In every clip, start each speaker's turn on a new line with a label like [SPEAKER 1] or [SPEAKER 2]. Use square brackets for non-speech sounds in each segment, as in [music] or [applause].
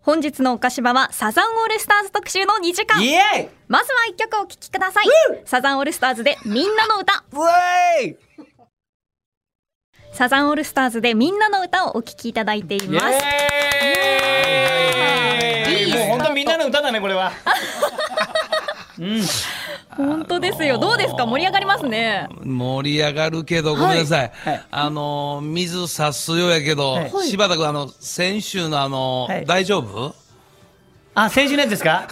[SPEAKER 1] 本日のお菓子場はサザンオールスターズ特集の2時間
[SPEAKER 2] イエーイ
[SPEAKER 1] まずは一曲お聴きくださいサザンオールスターズでみんなの歌
[SPEAKER 2] うえい
[SPEAKER 1] サザンオールスターズでみんなの歌をお聴きいただいてい
[SPEAKER 2] イエ
[SPEAKER 1] ます
[SPEAKER 2] ーイもう本当みんなの歌だねこれはうん
[SPEAKER 1] 本当ですよどうですか盛り上がりますね
[SPEAKER 3] 盛り上がるけど、ごめんなさい、
[SPEAKER 2] はいはい
[SPEAKER 3] あのー水さすようやけど、
[SPEAKER 2] はい
[SPEAKER 3] 柴田君、あの先週のあの、
[SPEAKER 2] はい
[SPEAKER 3] 大丈夫
[SPEAKER 2] あ先週のやつですか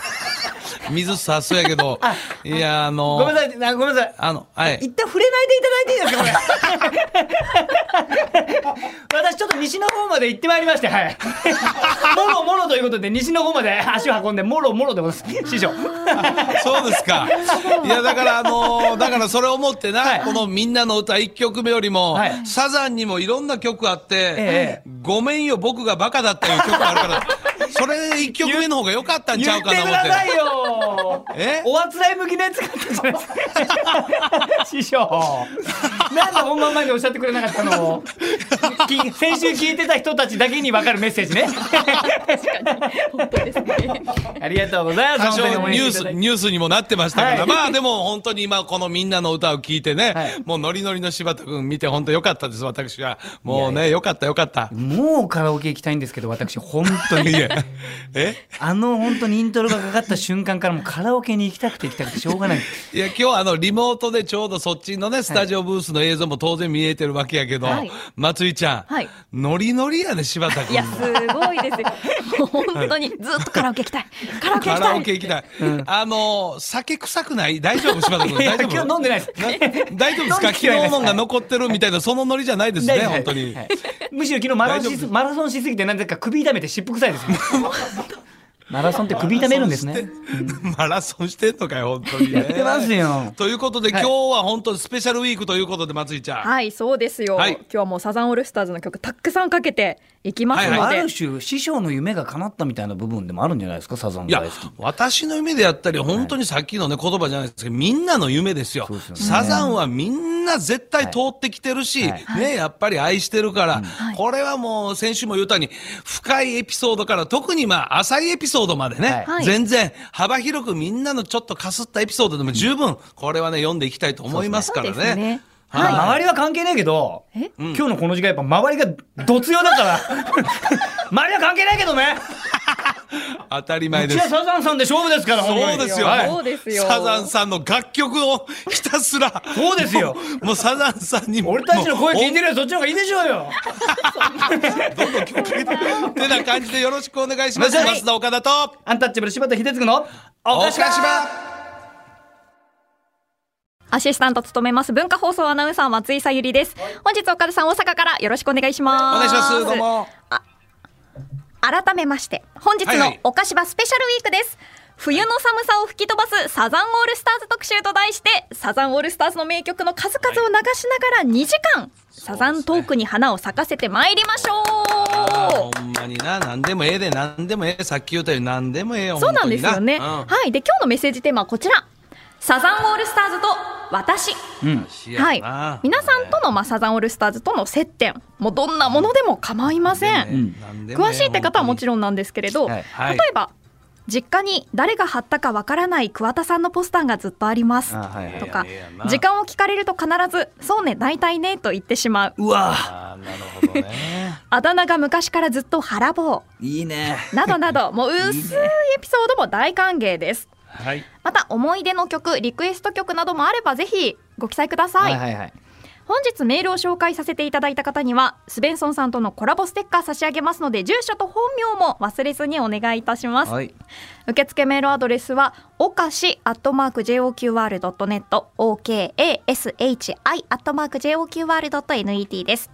[SPEAKER 3] 水さすようや
[SPEAKER 2] [laughs]
[SPEAKER 3] けど、いや、あの
[SPEAKER 2] ごめんなさいあごめんなさい
[SPEAKER 3] あの、はい、
[SPEAKER 2] 一旦触れないでいただいていいですかこれ [laughs] 私ちょっと西の方まで行ってまいりましてはい [laughs] もろもろということで西の方まで足を運んでもろもろでございます師匠
[SPEAKER 3] そうで
[SPEAKER 2] [laughs]
[SPEAKER 3] すか、いや、だから、あのーだからそれ思ってな、
[SPEAKER 2] はい
[SPEAKER 3] このみんなの歌1曲目よりも、
[SPEAKER 2] はい
[SPEAKER 3] サザンにもいろんな曲あって、
[SPEAKER 2] ええ
[SPEAKER 3] ごめんよ、僕がバカだっていう曲あるから、それ1曲目の方が良かったんち
[SPEAKER 2] 言
[SPEAKER 3] ゃ
[SPEAKER 2] っ
[SPEAKER 3] う
[SPEAKER 2] て
[SPEAKER 3] かな
[SPEAKER 2] く
[SPEAKER 3] 思っ
[SPEAKER 2] だ
[SPEAKER 3] て。
[SPEAKER 2] さいよ
[SPEAKER 3] え
[SPEAKER 2] おあつらい向きのやつがあったじゃないですか [laughs] 師匠なんで本番前におっしゃってくれなかったの
[SPEAKER 3] [laughs]
[SPEAKER 2] をき先週聞いてた人たちだけに分かるメッセージね
[SPEAKER 1] 本当ですね
[SPEAKER 2] ありがとうございま
[SPEAKER 3] 多
[SPEAKER 2] す
[SPEAKER 3] 少
[SPEAKER 2] 本当に応
[SPEAKER 3] ニ
[SPEAKER 2] 援
[SPEAKER 3] ュ
[SPEAKER 2] していただ
[SPEAKER 3] ース
[SPEAKER 2] いて
[SPEAKER 3] ニュースにもなってましたから、
[SPEAKER 2] はい
[SPEAKER 3] まあでも本当に今このみんなの歌を聞いてね、
[SPEAKER 2] [laughs] はい
[SPEAKER 3] もうノリノリの柴田君見て本当良かったです私はもうね良かった良かった
[SPEAKER 2] もうカラオケ行きたいんですけど私本当
[SPEAKER 3] い
[SPEAKER 2] に [laughs]
[SPEAKER 3] やえ
[SPEAKER 2] あの本当にイントロがかかった瞬間からもうカラオケに行きたくて行きたくてしょうがない
[SPEAKER 3] いや今日あのリモートでちょうどそっちのねスタジオブースの映像も当然見えてるわけやけど、
[SPEAKER 1] はい
[SPEAKER 3] 松井ちゃん、
[SPEAKER 1] はい
[SPEAKER 3] ノリノリやね柴田
[SPEAKER 1] いや
[SPEAKER 3] 君
[SPEAKER 1] すごいですよ本当にずっとカラオケ行きたいカラオケ行
[SPEAKER 3] カ
[SPEAKER 1] きた
[SPEAKER 3] ラオ
[SPEAKER 1] い
[SPEAKER 3] ケ行きたい、あの酒臭くない大丈夫柴田君
[SPEAKER 2] いや
[SPEAKER 3] 大
[SPEAKER 2] いや
[SPEAKER 3] 丈夫
[SPEAKER 2] 今日飲んでないです
[SPEAKER 3] な大丈夫です
[SPEAKER 2] [laughs]
[SPEAKER 3] か
[SPEAKER 2] 飲ん
[SPEAKER 3] 昨
[SPEAKER 2] でないで
[SPEAKER 3] 日
[SPEAKER 2] す
[SPEAKER 3] もんが残ってるみたいなそのノリじゃないですね本当に。
[SPEAKER 2] はいむしろ昨日マラソンしマラソンしすぎてなぜか首痛めて尻尾臭いです
[SPEAKER 3] [laughs]
[SPEAKER 2] よマラソンって首痛めるんですね
[SPEAKER 3] [laughs] マラソンしてんのかよ、本当に、ね。
[SPEAKER 2] やってますよ
[SPEAKER 3] ということで、今日は本当にスペシャルウィークということで、松井ちゃん。
[SPEAKER 1] はいそうですよ、
[SPEAKER 3] はい
[SPEAKER 1] 今日はもうサザンオールスターズの曲たくさんかけていきますので、
[SPEAKER 3] は
[SPEAKER 2] ある種師匠の夢が叶ったみたいな部分でもあるんじゃないですかサザン
[SPEAKER 3] いや
[SPEAKER 2] 大好き
[SPEAKER 3] 私の夢であったり、本当にさっきのね、言葉じゃないですけど、みんなの夢ですよ。
[SPEAKER 2] そうですよね
[SPEAKER 3] サザンはみんな絶対通ってきてるし、
[SPEAKER 2] はい
[SPEAKER 3] ね、やっぱり愛してるから、これはもう先週も言ったように、深いエピソードから、特にまあ、浅いエピソードまでね、
[SPEAKER 1] はい
[SPEAKER 3] 全然幅広くみんなのちょっとかすったエピソードでも十分、これはね、読んでいきたいと思いますから
[SPEAKER 1] そうですね
[SPEAKER 3] ね。
[SPEAKER 2] まあ周りは関係ねえけど
[SPEAKER 1] え
[SPEAKER 2] 今日のこの時間やっぱ周りがどつよだから周りは関係ないけどね
[SPEAKER 3] 当たり前
[SPEAKER 2] う
[SPEAKER 3] で
[SPEAKER 2] ち
[SPEAKER 3] す
[SPEAKER 2] は。サザンさんで勝負ですから本当
[SPEAKER 3] そ
[SPEAKER 2] に
[SPEAKER 3] うですよ、
[SPEAKER 2] はい
[SPEAKER 1] そうですよ
[SPEAKER 3] サザンさんの楽曲をひたすら
[SPEAKER 2] そうですよ
[SPEAKER 3] もうもうサザンさんにも
[SPEAKER 2] 俺たちの声聞いて
[SPEAKER 3] る
[SPEAKER 2] るよりそっちの方がいいでしょうよ
[SPEAKER 3] どんどん曲かけててな感じでよろしくお願いします
[SPEAKER 2] はい
[SPEAKER 3] 増田岡田と
[SPEAKER 2] アンタッチャブル柴田秀嗣のおかしかしば
[SPEAKER 1] アシスタント務めます文化放送アナウンサー松井さゆりです。本日岡田さん大阪からよろしくお願いし
[SPEAKER 3] お
[SPEAKER 1] ます。
[SPEAKER 3] 願いしますどう。も
[SPEAKER 1] 改めまして本日
[SPEAKER 3] はいは
[SPEAKER 1] の
[SPEAKER 3] い
[SPEAKER 1] お菓子場スペシャルウィークです。冬の寒さを吹き飛ばすサザンオールスターズ特集と題してサザンオールスターズの名曲の数々を流しながら2時間、サザントークに花を咲かせてまいりまし
[SPEAKER 3] あ
[SPEAKER 1] ょう。
[SPEAKER 3] ーほんまにな何でもええで何でもええさっき言ったように何でもええよ
[SPEAKER 1] そうなんですよね。
[SPEAKER 3] 本当になうん
[SPEAKER 1] はい。で、今日のメッセージテーマはこちら。サザンオールスターズと私。はい。皆さんとの、まあ、サザンオールスターズとの接点、もうどんなものでも構いません。詳しいって方はもち
[SPEAKER 3] ろん
[SPEAKER 1] ろんなんですけれど、
[SPEAKER 2] はい
[SPEAKER 3] はい
[SPEAKER 1] 例えば実家に誰が貼ったかわからない桑田さんのポスターがずっとあります
[SPEAKER 2] あはいはい
[SPEAKER 1] とか
[SPEAKER 3] いやいやまあ
[SPEAKER 1] 時間を聞かれると必ず「そうね大体ね」と言ってしまう
[SPEAKER 2] うわ
[SPEAKER 3] あーなるほどね
[SPEAKER 1] あだ名が昔からずっと腹棒
[SPEAKER 2] いいね
[SPEAKER 1] などなどもう薄いエピソードも大歓迎です
[SPEAKER 3] はい
[SPEAKER 1] また思い出の曲リクエスト曲などもあればぜひご記載ください、
[SPEAKER 2] はいはい
[SPEAKER 1] 本日メールを紹介させていただいた方にはスベンソンさんとのコラボステッカー差し上げますので住所と本名も忘れずにお願いいたします、
[SPEAKER 2] はい
[SPEAKER 1] 受付メールアドレスはおかしアットマーク JOQR.net OKASHI アットマーク JOQR.net です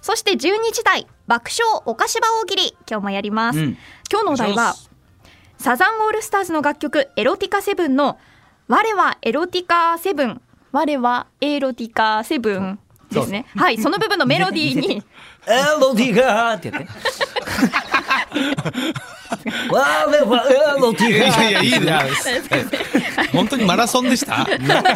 [SPEAKER 1] そして12時台爆笑おかし場大喜利今日もやります、
[SPEAKER 2] うん
[SPEAKER 1] 今日のお題
[SPEAKER 3] お願い
[SPEAKER 1] は
[SPEAKER 3] します
[SPEAKER 1] サザンオールスターズの楽曲エロティカセブンの我はエロティカセブン我はエロティカセブンですねはいその部分のメロディーに
[SPEAKER 2] エロディガーってやって。我はエロディ
[SPEAKER 3] い
[SPEAKER 2] ガ
[SPEAKER 3] やいやい
[SPEAKER 2] ー。
[SPEAKER 3] やいいです本当にマラソンでした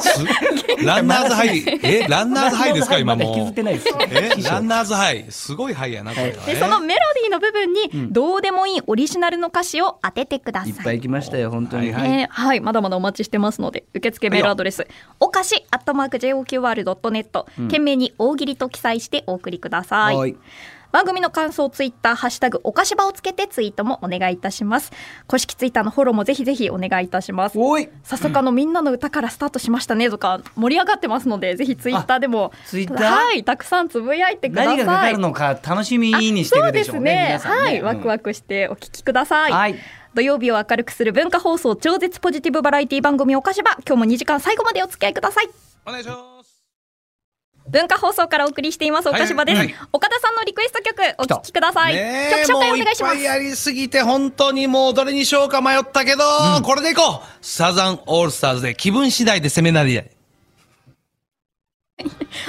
[SPEAKER 3] すランナーズハイ、え、ランナーズハイですか、今
[SPEAKER 2] まだ引きず
[SPEAKER 3] も
[SPEAKER 2] っ
[SPEAKER 3] う
[SPEAKER 2] て。ないですよ
[SPEAKER 3] え、ランナーズハイ、すごいハイやな、これはね。
[SPEAKER 1] でそのメロディーの部分にどうでもいいオリジナルの歌詞を当ててくだ
[SPEAKER 2] いっ
[SPEAKER 1] さ
[SPEAKER 2] ぱ
[SPEAKER 1] い。
[SPEAKER 2] い来ましたよ本当に、
[SPEAKER 3] はい
[SPEAKER 1] えーはい、まだまだお待ちしてますので受付メールアドレスおかしアットマーク JOQR.net、懸命に大喜利と記載してお送りください
[SPEAKER 2] はい
[SPEAKER 1] 番組の感想ツイッターハッシュタグおかしばをつけてツイートもお願いいたします公式ツイッターのフォローもぜひぜひお願いいたします
[SPEAKER 2] おい
[SPEAKER 1] 早速あのみんなの歌からスタートしましたねとか盛り上がってますのでぜひツイッターでも
[SPEAKER 2] ツイッター
[SPEAKER 1] はいたくさんつぶやいてください
[SPEAKER 2] 何がかかるのか楽しみにしてるでしょ
[SPEAKER 1] そうです
[SPEAKER 2] うね
[SPEAKER 1] ねはい、
[SPEAKER 2] 皆さんね
[SPEAKER 1] ワクワクしてお聞きください、
[SPEAKER 2] はい
[SPEAKER 1] 土曜日を明るくする文化放送超絶ポジティブバラエティ番組おかしば今日も2時間最後までお付き合いください
[SPEAKER 3] お願いします。
[SPEAKER 1] 文化放送からお送りしていますおかしばです、
[SPEAKER 3] はいはい
[SPEAKER 1] 岡田さんのリクエスト曲お聞きください、
[SPEAKER 3] ねえ
[SPEAKER 1] 曲紹介お
[SPEAKER 3] もう
[SPEAKER 1] 願いします
[SPEAKER 3] っぱいやりすぎて本当にもうどれにしようか迷ったけど、これでいこうサザンオールスターズで気分次第で攻めなり合い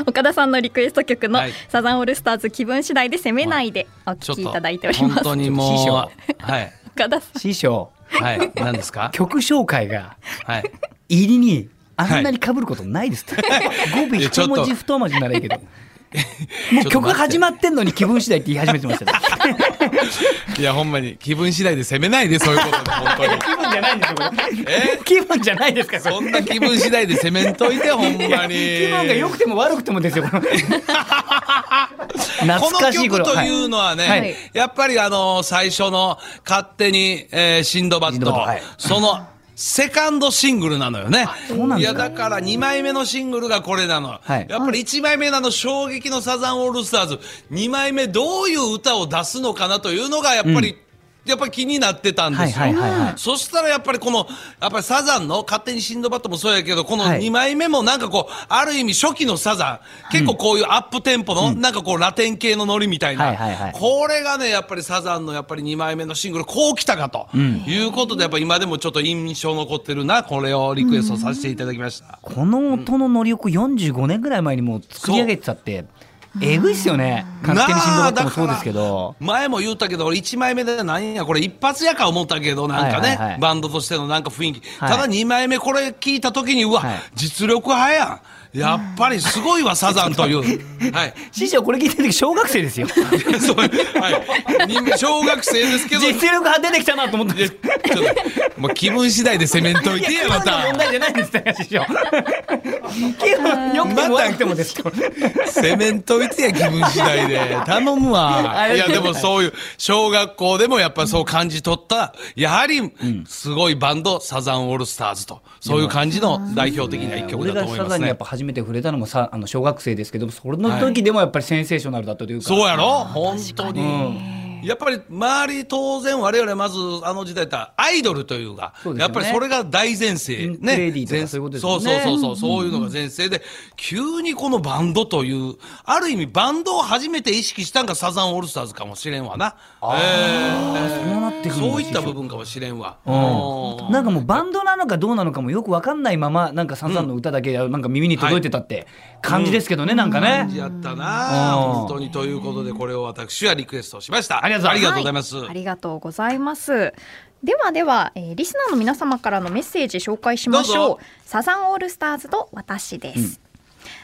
[SPEAKER 1] 岡田さんのリクエスト曲の、
[SPEAKER 3] はい
[SPEAKER 1] サザンオールスターズ気分次第で攻めないでお聞きいただいておりま
[SPEAKER 3] 本
[SPEAKER 1] す
[SPEAKER 3] 当にもう
[SPEAKER 2] 師匠
[SPEAKER 3] はい
[SPEAKER 1] [laughs] 岡田さん
[SPEAKER 2] 師匠
[SPEAKER 3] はい何ですか
[SPEAKER 2] 曲紹介が
[SPEAKER 3] はい
[SPEAKER 2] 入りにあんなに被ることないですって、語尾
[SPEAKER 3] いやち
[SPEAKER 2] 一
[SPEAKER 3] ょっと
[SPEAKER 2] 文字太文字ならいいけどもう曲始まってんのに気分次第って言い始めてましたね
[SPEAKER 3] いやほんまに気分次第で攻めないでそういうことで本当に
[SPEAKER 2] 気分じゃないんですよこ
[SPEAKER 3] え
[SPEAKER 2] れ気分じゃないですかこれ
[SPEAKER 3] そんな気分次第で攻めんといてほん
[SPEAKER 2] い
[SPEAKER 3] ま
[SPEAKER 2] や
[SPEAKER 3] に
[SPEAKER 2] 気分が良くても悪くてもですよ
[SPEAKER 3] [laughs]
[SPEAKER 2] この懐かしい
[SPEAKER 3] この
[SPEAKER 2] 頃
[SPEAKER 3] 曲と
[SPEAKER 2] はい
[SPEAKER 3] いうのはね、
[SPEAKER 1] はい
[SPEAKER 3] やっぱりあの最初の勝手に、えーシンドバッ
[SPEAKER 2] シン
[SPEAKER 3] ド
[SPEAKER 2] ドバッドはい
[SPEAKER 3] そのセカンドシングルなのよね。
[SPEAKER 2] うなん
[SPEAKER 3] い
[SPEAKER 2] だ
[SPEAKER 3] やだから2枚目のシングルがこれなの。
[SPEAKER 2] はい
[SPEAKER 3] やっぱり1枚目なの衝撃のサザンオールスターズ、2枚目どういう歌を出すのかなというのがやっぱり、やっぱり気になってたんですよ。
[SPEAKER 2] はいはいはいはい
[SPEAKER 3] そしたらやっぱりこの、やっぱりサザンの勝手にシンドバッドもそうやけど、この
[SPEAKER 2] はい
[SPEAKER 3] 2枚目もなんかこう、ある意味初期のサザン、結構こういうアップテンポの、なんかこうラテン系のノリみたいな、
[SPEAKER 2] はいはいはい
[SPEAKER 3] これがね、やっぱりサザンのやっぱり2枚目のシングル、こう来たかと、いうことで、やっぱ今でもちょっと印象残ってるな、これをリクエストさせていただきました。
[SPEAKER 2] この音の乗り力45年ぐらい前にもう作り上げてたってえぐいっすよね勝手にシンドバッドもそうですけど
[SPEAKER 3] 前も言ったけど俺1枚目で何やこれ一発やか思ったけどなんかね、
[SPEAKER 2] はいはいはい
[SPEAKER 3] バンドとしてのなんか雰囲気、
[SPEAKER 2] はい
[SPEAKER 3] ただ2枚目これ聞いた時にうわ、
[SPEAKER 2] はい
[SPEAKER 3] 実力派やんやっぱりすごいわサザ
[SPEAKER 2] [laughs]
[SPEAKER 3] ンという、はい [laughs]
[SPEAKER 2] 師匠これ聞いてる時小学生ですよ
[SPEAKER 3] そうはい人小学生ですけ
[SPEAKER 2] [laughs]
[SPEAKER 3] ど
[SPEAKER 2] 実力派出てきたなと思って
[SPEAKER 3] [laughs] ちょっともう気分次第で攻めんといてやま
[SPEAKER 2] そんな
[SPEAKER 3] た
[SPEAKER 2] 問題じゃないんですよ師
[SPEAKER 3] [laughs]
[SPEAKER 2] 匠気分良くても悪くてもですよ
[SPEAKER 3] 攻めんといてや気分次第で頼むわ
[SPEAKER 2] あ
[SPEAKER 3] [laughs] い
[SPEAKER 2] りが
[SPEAKER 3] や
[SPEAKER 2] とう
[SPEAKER 3] で
[SPEAKER 2] ござい
[SPEAKER 3] も
[SPEAKER 2] ます
[SPEAKER 3] そういう小学校でもやっぱそう感じ取ったやはりすごいバンドサザンオールスターズとそういう感じの代表的な一曲
[SPEAKER 2] 俺
[SPEAKER 3] だ
[SPEAKER 2] が
[SPEAKER 3] と思い
[SPEAKER 2] サ
[SPEAKER 3] ま
[SPEAKER 2] ザ
[SPEAKER 3] す
[SPEAKER 2] ンにや
[SPEAKER 3] ね
[SPEAKER 2] っぱ初めて触れたのもさあの小学生ですけどその時でもやっぱりセンセーショナルだったというか、
[SPEAKER 3] そうやろ本当
[SPEAKER 2] う
[SPEAKER 3] に
[SPEAKER 2] ん
[SPEAKER 3] やっぱり周り当然我々まずあの時代だアイドルというか
[SPEAKER 2] そうです
[SPEAKER 3] や
[SPEAKER 2] よ
[SPEAKER 3] っ
[SPEAKER 2] ね
[SPEAKER 3] ぱりそれが大前世
[SPEAKER 2] ピンクレディーとか
[SPEAKER 3] 前
[SPEAKER 2] そういうことです
[SPEAKER 3] そ
[SPEAKER 2] よ
[SPEAKER 3] う
[SPEAKER 2] ね
[SPEAKER 3] そうそうそうそういうのが前世で急にこのバンドというある意味バンドを初めて意識したんがサザンオールスターズかもしれんわなえー
[SPEAKER 2] そうなってくるんだ
[SPEAKER 3] そういった部分かもしれんわ
[SPEAKER 2] うんなんかもうバンドなのかどうなのかもよくわかんないままなんかサザンの歌だけなんか耳に届いてたって感じですけどね、なんかね、
[SPEAKER 3] やったなあ
[SPEAKER 2] うん
[SPEAKER 3] 本当にということでこれを私はリクエストしました
[SPEAKER 2] ありがとう
[SPEAKER 3] あ
[SPEAKER 2] ございます
[SPEAKER 3] りがとうございます、
[SPEAKER 1] はありがとうございます。ではでは、えーリスナーの皆様からのメッセージ紹介しまし
[SPEAKER 3] どう
[SPEAKER 1] ょう
[SPEAKER 3] ぞ。
[SPEAKER 1] サザンオールスターズと私です。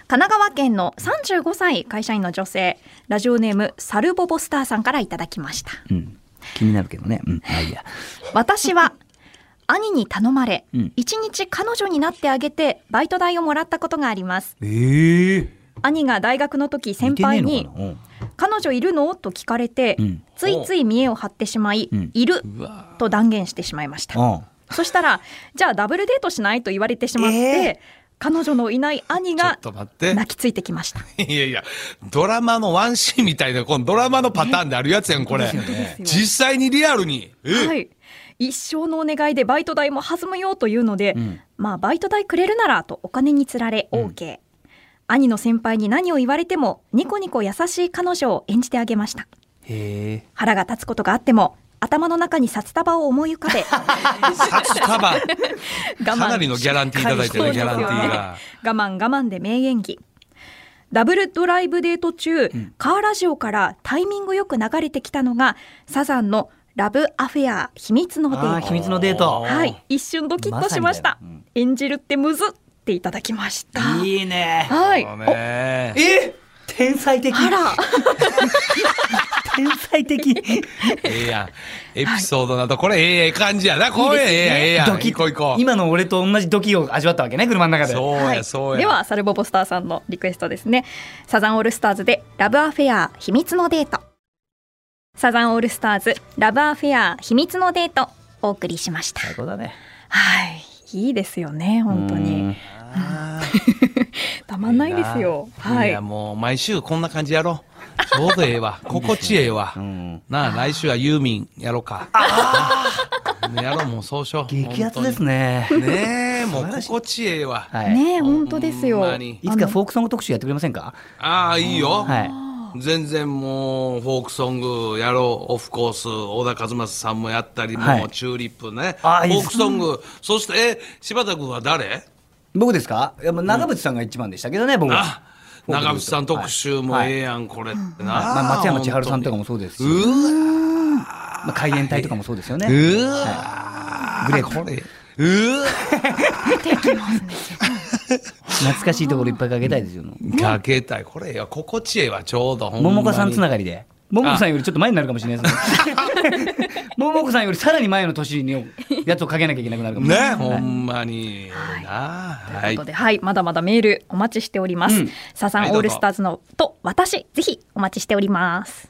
[SPEAKER 1] 神奈川県の35歳会社員の女性ラジオネームサルボボスターさんからいただきました
[SPEAKER 2] うん気になるけどね、うん、まあいいや
[SPEAKER 1] 私は兄に頼まれ
[SPEAKER 2] うん
[SPEAKER 1] 一日彼女になってあげてバイト代をもらったことがあります
[SPEAKER 2] えー、
[SPEAKER 1] 兄が大学の時先輩に
[SPEAKER 2] 似てね
[SPEAKER 1] 彼女いるのと聞かれて、
[SPEAKER 2] うん
[SPEAKER 1] ついつい見栄を張ってしまい、
[SPEAKER 2] うん
[SPEAKER 1] いる
[SPEAKER 3] うわ
[SPEAKER 1] と断言してしまいまし
[SPEAKER 2] え
[SPEAKER 1] た
[SPEAKER 2] のかなうん
[SPEAKER 1] そしたらじゃあダブルデートしないと言われてしまって、
[SPEAKER 2] え
[SPEAKER 1] 彼女のいない兄
[SPEAKER 3] ちょっ
[SPEAKER 1] が
[SPEAKER 3] と待って
[SPEAKER 1] 泣きついてきました
[SPEAKER 3] [laughs] いやいや、ドラマのワンシーンみたいな、このドラマのパターンであるやつやん、これ
[SPEAKER 2] そうですよね。
[SPEAKER 3] 実際にリアルに。え
[SPEAKER 1] はい一生のお願いでバイト代も弾むよというので、
[SPEAKER 2] ん
[SPEAKER 1] まあバイト代くれるならとお金につられ OK、兄の先輩に何を言われてもニコニコ優しい彼女を演じてあげました
[SPEAKER 2] へえ
[SPEAKER 1] 腹が立つことがあっても頭の中に札束を思い浮か
[SPEAKER 3] [laughs]
[SPEAKER 1] べ
[SPEAKER 3] 札束。
[SPEAKER 1] 我慢
[SPEAKER 3] かなりのギャランティーいただいてる、
[SPEAKER 1] そう
[SPEAKER 3] ギ
[SPEAKER 1] です
[SPEAKER 3] ャ
[SPEAKER 1] よ
[SPEAKER 3] ランティーが。
[SPEAKER 1] 我慢我慢で名演技ダブルドライブデート中、カーラジオからタイミングよく流れてきたのがサザンの「ラブアフェア秘密のデ
[SPEAKER 2] あー
[SPEAKER 1] ー
[SPEAKER 2] 秘
[SPEAKER 1] ト
[SPEAKER 2] 密のデート
[SPEAKER 1] はい一瞬ドキッとしました
[SPEAKER 2] まさにだよ
[SPEAKER 1] 演じるってむずっていただきました
[SPEAKER 2] いいね
[SPEAKER 1] はい
[SPEAKER 3] そうね
[SPEAKER 2] え天才的
[SPEAKER 1] あら
[SPEAKER 2] 天才的
[SPEAKER 3] ええやん。エピソードなど、これええ感じやな。これええやん、ええやん。
[SPEAKER 2] ドキ
[SPEAKER 3] 行こう行こう。
[SPEAKER 2] 今の俺と同じドキを味わったわけね車の中で
[SPEAKER 3] そう
[SPEAKER 1] は
[SPEAKER 3] や、
[SPEAKER 1] い
[SPEAKER 3] そうや。
[SPEAKER 1] ではサルボボスターさんのリクエストですねサザンオールスターズでラブアフェア秘密のデートサザンオールスターズラブアフェア秘密のデートお送りしました
[SPEAKER 2] 最高だね
[SPEAKER 1] はいいいですよね本当
[SPEAKER 2] う
[SPEAKER 1] に
[SPEAKER 2] ん
[SPEAKER 3] あ
[SPEAKER 1] た
[SPEAKER 3] ー。
[SPEAKER 1] まんないですよ
[SPEAKER 3] いいな
[SPEAKER 1] はい
[SPEAKER 3] いや、もう毎週こんな感じやろう。ちょうどええわ。心地ええわ。
[SPEAKER 2] ん
[SPEAKER 3] なあ、来週はユーミンやろうか。やろう、もう総称。
[SPEAKER 2] 激アツですね
[SPEAKER 3] 本当に。ねえ、もう心地ええわ。
[SPEAKER 2] はい
[SPEAKER 1] ねえ本当ですよ
[SPEAKER 3] ほんまに
[SPEAKER 2] いつかフォークソング特集やってくれませんか
[SPEAKER 3] ああ、いいよ。
[SPEAKER 2] はい
[SPEAKER 3] 全然もうフォークソングやろうオフコース小田和正さんもやったり、
[SPEAKER 2] はい
[SPEAKER 3] もうチューリップねフ
[SPEAKER 2] あ
[SPEAKER 3] ォ
[SPEAKER 2] ーいいです
[SPEAKER 3] ークソングそしてえ柴田君は誰
[SPEAKER 2] 僕ですかいやもう長渕さんが一番でしたけどね僕
[SPEAKER 3] あ
[SPEAKER 2] フォーク
[SPEAKER 3] 長
[SPEAKER 2] ソング
[SPEAKER 3] 渕さん特集も
[SPEAKER 2] はい
[SPEAKER 3] ええやん、これってな、
[SPEAKER 2] まあ、松山千春さんとかもそうですし、
[SPEAKER 3] うー
[SPEAKER 2] まあ、海援隊とかもそうですよね。
[SPEAKER 3] うー
[SPEAKER 2] グレープ
[SPEAKER 3] これうー
[SPEAKER 2] 懐かしいところいっぱいかけたいですよ。
[SPEAKER 3] かけたいこれええわ心地ええわちょうどほんまに
[SPEAKER 2] 桃子さんつながりで。桃子さんよりちょっと前になるかもしれない [laughs] ですね。桃子さんよりさらに前の年にやつをかけなきゃいけなくなるかもし
[SPEAKER 3] ね
[SPEAKER 2] れない。
[SPEAKER 3] ほんまに、なあ
[SPEAKER 1] と
[SPEAKER 3] は
[SPEAKER 1] いう
[SPEAKER 3] い
[SPEAKER 1] ことで、はい、まだまだメールお待ちしております。
[SPEAKER 2] うん
[SPEAKER 1] サザンオールスターズのと私、ぜひお待ちしております。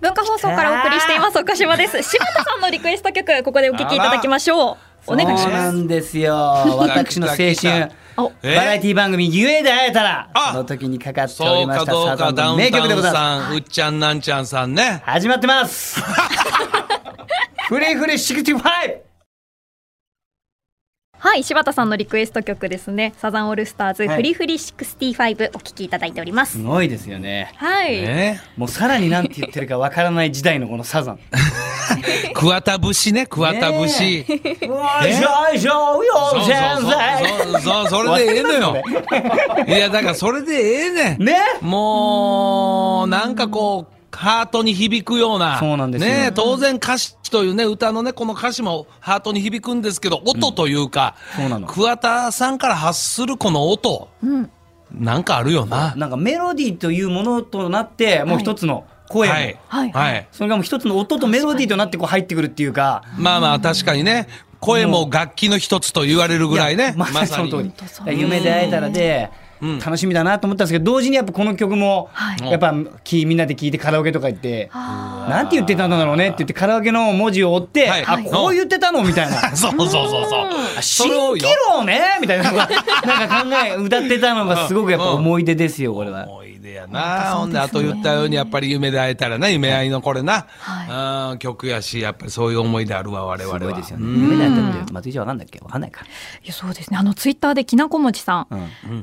[SPEAKER 1] 文化放送からお送りしています。岡島です。柴田さんのリクエスト曲、ここでお聞きいただきましょう。お願いし
[SPEAKER 2] [laughs] そうな
[SPEAKER 1] ます。
[SPEAKER 2] んですよ。私の青春
[SPEAKER 3] 来た来た。
[SPEAKER 1] お、
[SPEAKER 3] え
[SPEAKER 2] バラエティ番組、ゆえで会えたら
[SPEAKER 3] あ
[SPEAKER 2] の時にかかってお
[SPEAKER 3] そ
[SPEAKER 2] り
[SPEAKER 3] う
[SPEAKER 2] ま
[SPEAKER 3] か
[SPEAKER 2] した。
[SPEAKER 3] どう
[SPEAKER 2] サザ
[SPEAKER 3] か
[SPEAKER 2] ン
[SPEAKER 3] ダ
[SPEAKER 2] の
[SPEAKER 3] ウン
[SPEAKER 2] 名曲で
[SPEAKER 3] タウ
[SPEAKER 2] ご
[SPEAKER 3] ン
[SPEAKER 2] ざいます。
[SPEAKER 3] さんうっちゃんなんちゃんさんね
[SPEAKER 2] 始まってますフリーフリー65
[SPEAKER 1] はい、柴田さんのリクエスト曲ですね。サザンオールスターズ、
[SPEAKER 2] はい
[SPEAKER 1] フリフリ65お聞きいただいておりますす。
[SPEAKER 2] ごいですよね。
[SPEAKER 1] はい。
[SPEAKER 3] ね
[SPEAKER 2] もうさらになんて言ってるかわからない時代のこのサザン。 [laughs]
[SPEAKER 3] 桑田節ね桑田節、
[SPEAKER 2] わいしょいしょ
[SPEAKER 3] そう
[SPEAKER 2] よ
[SPEAKER 3] そう
[SPEAKER 2] 先生
[SPEAKER 3] そうそうそうそれでええのよいやだからそれでええねん
[SPEAKER 2] ね
[SPEAKER 3] もうなんかこうハートに響くような
[SPEAKER 2] そうなんですよ
[SPEAKER 3] ね当然歌詞というね歌のねこの歌詞もハートに響くんですけど音というか、
[SPEAKER 2] そうなの
[SPEAKER 3] 桑田さんから発するこの音、なんかあるよな
[SPEAKER 2] なんかメロディーというものとなってもう一つの声も、
[SPEAKER 3] はい
[SPEAKER 1] はい
[SPEAKER 3] はい
[SPEAKER 2] それがもう一つの音とメロディーとなってこう入ってくるっていうか
[SPEAKER 3] まあまあ確かにね声も楽器の一つと言われるぐらいね
[SPEAKER 2] やまさにその通り
[SPEAKER 1] まさ、に
[SPEAKER 2] だから夢で会えたらで、
[SPEAKER 3] うん
[SPEAKER 2] 楽しみだなと思ったんですけど同時にやっぱこの曲も、
[SPEAKER 1] はい
[SPEAKER 2] やっぱきみんなで聴いてカラオケとか行って
[SPEAKER 1] あ
[SPEAKER 2] なんて言ってたんだろうねって言ってカラオケの文字を追って、
[SPEAKER 3] はい
[SPEAKER 2] あこう言ってたのみたいな
[SPEAKER 3] そうそうそうそう。 [laughs] それを
[SPEAKER 2] 蜃気楼ねみたいなのがなんか考え歌ってたのがすごくやっぱ思い出ですよこれは。
[SPEAKER 3] 思い出やな。ほんで、あと言ったように、やっぱり夢で会えたらな、夢合いのこれな、うん曲やし、やっぱりそういう思い出あるわ、我々は。
[SPEAKER 2] すごいですよ
[SPEAKER 3] う
[SPEAKER 2] ね。
[SPEAKER 3] ん
[SPEAKER 2] 夢だったんで、松井じゃわかんないっけ、わかんないか。
[SPEAKER 1] いやそうですねあのツイッターできなこもちさん、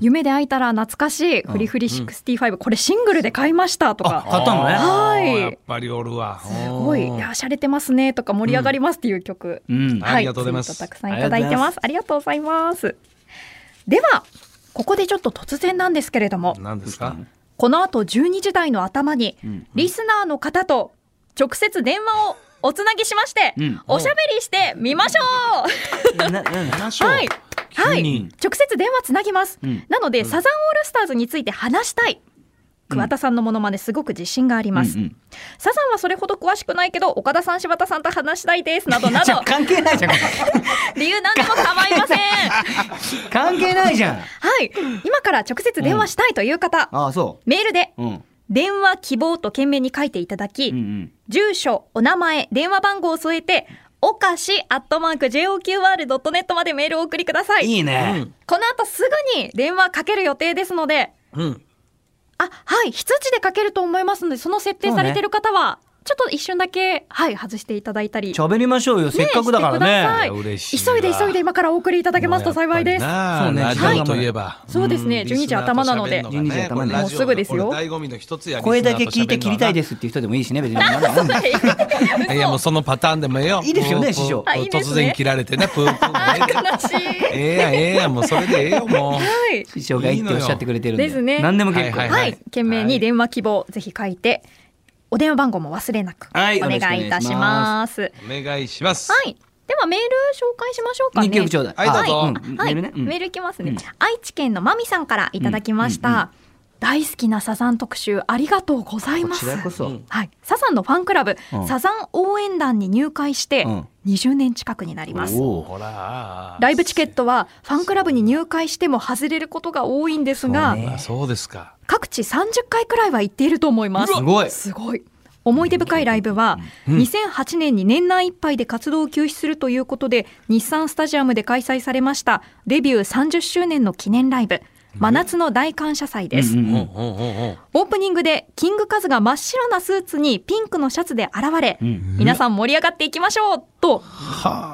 [SPEAKER 1] 夢で会えたら懐かしい、フリフリ65、これシングルで買いましたとか
[SPEAKER 2] 買ったのね。
[SPEAKER 1] はい
[SPEAKER 3] やっぱりおるわ。
[SPEAKER 1] すごい、いや、洒落てますねとか盛り上がりますっていう曲。
[SPEAKER 2] うん
[SPEAKER 1] はい
[SPEAKER 3] ありがとうございます
[SPEAKER 1] ツイートたくさんいただいてます。ありがとうございます。では、ここでちょっと突然なんですけれども、
[SPEAKER 3] 何ですか
[SPEAKER 1] この後12時台の頭に、リスナーの方と直接電話をおつなぎしまして、
[SPEAKER 2] うん
[SPEAKER 1] おしゃべりしてみましょう、
[SPEAKER 2] なな
[SPEAKER 3] 話を
[SPEAKER 1] はい。は
[SPEAKER 3] 急
[SPEAKER 1] い
[SPEAKER 3] に。
[SPEAKER 1] 直接電話つなぎます。
[SPEAKER 2] うん
[SPEAKER 1] なので、サザンオールスターズについて話したい。桑田さんのモノマネすごく自信があります、
[SPEAKER 2] うんうん
[SPEAKER 1] サザンはそれほど詳しくないけど岡田さん柴田さんと話したいですなどな
[SPEAKER 2] じ
[SPEAKER 1] ど
[SPEAKER 2] ゃあ関係ないじゃん。こ
[SPEAKER 1] 理由なんでも構いませ
[SPEAKER 2] [laughs]
[SPEAKER 1] んは
[SPEAKER 2] れ関係ないじゃん。
[SPEAKER 1] い今から直接電話したいという方、
[SPEAKER 2] ああ、そ
[SPEAKER 1] メールで
[SPEAKER 2] う。うん。
[SPEAKER 1] 電話希望と件名に書いていただき、
[SPEAKER 2] うんうん。
[SPEAKER 1] 住所、お名前、電話番号を添えて、おかしアットマーク JOQR.net までメールをお送りください。
[SPEAKER 2] いいね。
[SPEAKER 1] この後すぐに電話かける予定ですので、
[SPEAKER 3] うん。
[SPEAKER 1] あ、はい、非通知でかけると思いますので、その設定されてる方は、ちょっと一瞬だけ、はい、外していただいたり。
[SPEAKER 2] 喋りましょうよ。せっかくだから
[SPEAKER 1] ねしてください
[SPEAKER 2] ね。
[SPEAKER 3] いや嬉しいわ
[SPEAKER 1] 急いで急いで今からお送りいただけますと幸いです。
[SPEAKER 3] そ
[SPEAKER 2] そううね
[SPEAKER 3] ね。ラジオといえば。
[SPEAKER 1] そうですね
[SPEAKER 3] ん
[SPEAKER 1] 12時頭なので
[SPEAKER 3] リスナーと喋るのが
[SPEAKER 2] 12
[SPEAKER 3] ね
[SPEAKER 2] 時頭なので
[SPEAKER 3] これ
[SPEAKER 1] もうすぐですよ
[SPEAKER 3] ラジオのこれ醍醐味の一つや。
[SPEAKER 2] 声だけ聞いて切りたい
[SPEAKER 3] す
[SPEAKER 2] ですっていう人でもいいしね。別に。
[SPEAKER 1] [laughs]
[SPEAKER 3] いやもうそのパターンでもええよ。
[SPEAKER 2] いいですよね
[SPEAKER 3] プープー
[SPEAKER 2] 師匠
[SPEAKER 1] あいいですね
[SPEAKER 3] 突然切られてね、プープーが
[SPEAKER 1] [laughs]
[SPEAKER 3] ええで
[SPEAKER 1] 悲しい。
[SPEAKER 3] ええやんええやんもうそれでええよ、もう。
[SPEAKER 1] はい。
[SPEAKER 2] 師匠がいいっておっしゃってくれてるんで。
[SPEAKER 1] ですね
[SPEAKER 2] 何でも結
[SPEAKER 3] はい
[SPEAKER 2] 構。
[SPEAKER 1] はい、件名に電話希望、ぜひ書いて、お電話番号も忘れなくお
[SPEAKER 2] はい
[SPEAKER 1] 願いいたします。はい、
[SPEAKER 3] お願いします。
[SPEAKER 1] ではメール紹介しましょうかね。
[SPEAKER 2] 二曲ちょうだい。
[SPEAKER 3] はいどうぞ
[SPEAKER 2] ん
[SPEAKER 1] は
[SPEAKER 2] メ
[SPEAKER 1] い、
[SPEAKER 2] ールね。うん
[SPEAKER 1] メールいきますね、
[SPEAKER 2] うん
[SPEAKER 1] 愛知県のまみさんからいただきました、
[SPEAKER 2] うんうんう
[SPEAKER 1] 大好きなサザン特集ありがとうござい
[SPEAKER 2] こ
[SPEAKER 1] ま
[SPEAKER 2] ち
[SPEAKER 1] す
[SPEAKER 2] らこそ。
[SPEAKER 3] うん
[SPEAKER 1] はい、サザンのファンクラブ、
[SPEAKER 2] うん
[SPEAKER 1] サザン応援団に入会して
[SPEAKER 2] うん
[SPEAKER 1] 20年近くになります、
[SPEAKER 2] おお。
[SPEAKER 3] ほら。
[SPEAKER 1] ライブチケットはファンクラブに入会しても外れることが多いんですが、
[SPEAKER 2] そうね
[SPEAKER 3] あそうですか。
[SPEAKER 1] 各地30回くらいは行っていると思います
[SPEAKER 2] うわすごい
[SPEAKER 1] すごい思い出深いライブは
[SPEAKER 3] うん
[SPEAKER 1] 2008年に年内いっぱいで活動を休止するということで日産スタジアムで開催されましたデビュー30周年の記念ライブ真夏の大感謝祭です、
[SPEAKER 2] うんう
[SPEAKER 3] う
[SPEAKER 2] んん
[SPEAKER 3] う
[SPEAKER 2] うんん
[SPEAKER 3] うんうん。
[SPEAKER 1] オープニングでキングカズが真っ白なスーツにピンクのシャツで現れ、
[SPEAKER 2] うん
[SPEAKER 1] 皆さん盛り上がっていきましょうと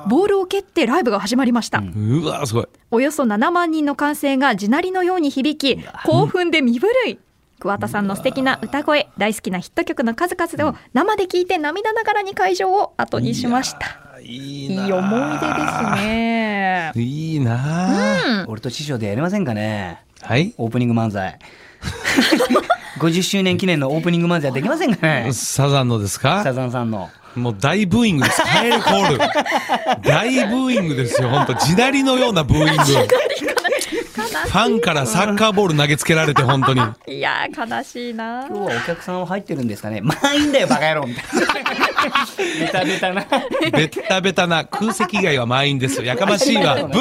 [SPEAKER 1] ボールを蹴ってライブが始まりました、
[SPEAKER 2] うん
[SPEAKER 3] うわすごい。
[SPEAKER 1] およそ7万人の歓声が地鳴りのように響き興奮で身震い桑田さんの素敵な歌声大好きなヒット曲の数々を生で聴いて涙ながらに会場を後にしました
[SPEAKER 3] い
[SPEAKER 1] い
[SPEAKER 3] い
[SPEAKER 1] い
[SPEAKER 3] な。
[SPEAKER 1] 思い出です。ね
[SPEAKER 3] いいなあ。
[SPEAKER 2] 俺と師匠でやりませんかね。
[SPEAKER 3] はい。
[SPEAKER 2] オープニング漫才。50周年記念のオープニング漫才できませんかね。
[SPEAKER 3] サザンのですか
[SPEAKER 2] サザンさんの。
[SPEAKER 3] もう大ブーイングです。帰るコール。大ブーイングですよ。本当地鳴りのようなブーイング。ファンからサッカーボール投げつけられて本当に。
[SPEAKER 1] いやー悲しいな
[SPEAKER 2] 今日はお客さんは入ってるんですかね。まあいいんだよバ [laughs] カ野郎みたいな。ネタネタな。
[SPEAKER 3] ベッタベタな空席以外は満員ですよ。やかましいわ。ブーブ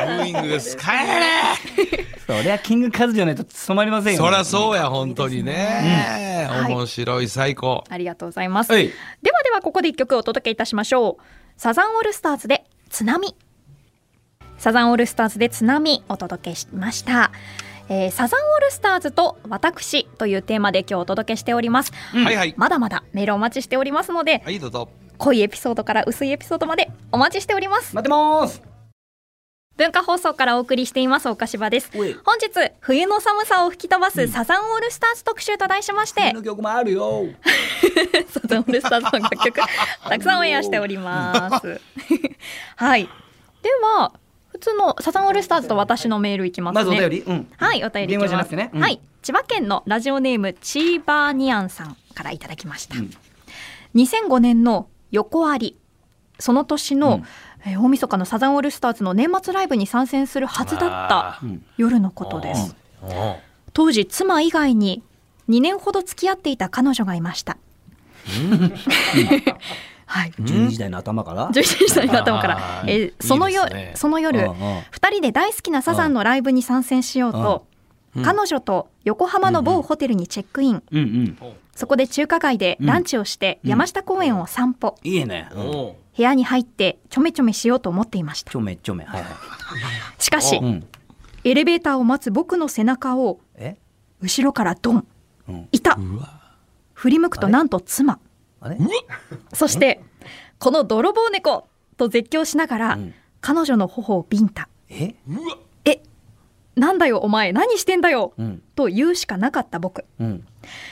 [SPEAKER 3] ーイングです。帰れ
[SPEAKER 2] そりゃキングカズじゃないと務まりませんよ。
[SPEAKER 3] そらそうや、本当にね。面白い、最高。
[SPEAKER 1] ありがとうございますで
[SPEAKER 2] は
[SPEAKER 1] はいではここで一曲お届けいたしましょうサザンオールスターズで津波サザンオールスターズで津波お届けしました、えーサザンオールスターズと私というテーマで今日お届けしております
[SPEAKER 3] はいはい。
[SPEAKER 1] まだまだメールお待ちしておりますので、
[SPEAKER 3] はい、どうぞ。
[SPEAKER 1] 濃いエピソードから薄いエピソードまでお待ちしております。
[SPEAKER 2] 待ってます。
[SPEAKER 1] 文化放送からお送りしています、岡柴です。
[SPEAKER 2] おい
[SPEAKER 1] 本日、冬の寒さを吹き飛ばすサザンオールスターズ特集と題しまして
[SPEAKER 2] 次、の曲もあるよ。
[SPEAKER 1] サザンオールスターズの楽
[SPEAKER 2] [laughs]
[SPEAKER 1] 曲、たくさんオンエアしております。はい。では、普通のサザンオールスターズと私のメールいきますね。
[SPEAKER 2] まずお便り。うん。
[SPEAKER 1] はい、お便りいき
[SPEAKER 2] 電
[SPEAKER 1] ま
[SPEAKER 2] 話
[SPEAKER 1] す。
[SPEAKER 2] じゃなくてねうん
[SPEAKER 1] はい、千葉県のラジオネームチーバーニアンさんからいただきました。
[SPEAKER 2] うん
[SPEAKER 1] 2005年の横あり、その年の、
[SPEAKER 2] うん
[SPEAKER 1] えー大晦日のサザンオールスターズの年末ライブに参戦するはずだった
[SPEAKER 2] うん
[SPEAKER 1] 夜のことです。
[SPEAKER 3] おー。
[SPEAKER 1] 当時妻以外に2年ほど付き合っていた彼女がいました。はい。
[SPEAKER 2] 12時台の頭から。
[SPEAKER 1] 11時台の頭か
[SPEAKER 3] あ
[SPEAKER 1] ら、
[SPEAKER 3] ー
[SPEAKER 1] えーその夜
[SPEAKER 3] いいですね
[SPEAKER 1] その夜、
[SPEAKER 2] うんうん
[SPEAKER 1] 2人で大好きなサザンのライブに参戦しようと、
[SPEAKER 3] うん
[SPEAKER 1] 彼女と横浜の某ホテルにチェックイン、
[SPEAKER 2] うんうん。
[SPEAKER 1] そこで中華街でランチをして
[SPEAKER 2] うん
[SPEAKER 1] 山下公園を散歩、
[SPEAKER 2] いいね。うん
[SPEAKER 3] おー
[SPEAKER 1] 部屋に入ってちょめちょめしようと思っていました
[SPEAKER 2] ちょめちょめ。はいはい。
[SPEAKER 1] しかし、
[SPEAKER 3] お
[SPEAKER 2] うん。
[SPEAKER 1] エレベーターを待つ僕の背中を
[SPEAKER 2] え？
[SPEAKER 1] 後ろからドン
[SPEAKER 2] うん。
[SPEAKER 1] いた
[SPEAKER 3] うわ。
[SPEAKER 1] 振り向くとなんと妻
[SPEAKER 2] あれ？
[SPEAKER 1] そしてこの泥棒猫と絶叫しながら、
[SPEAKER 2] うん
[SPEAKER 1] 彼女の頬をビンタ
[SPEAKER 2] え？
[SPEAKER 3] うわ。
[SPEAKER 1] えなんだよお前何してんだよ、
[SPEAKER 2] うん
[SPEAKER 1] と言うしかなかった僕
[SPEAKER 2] うん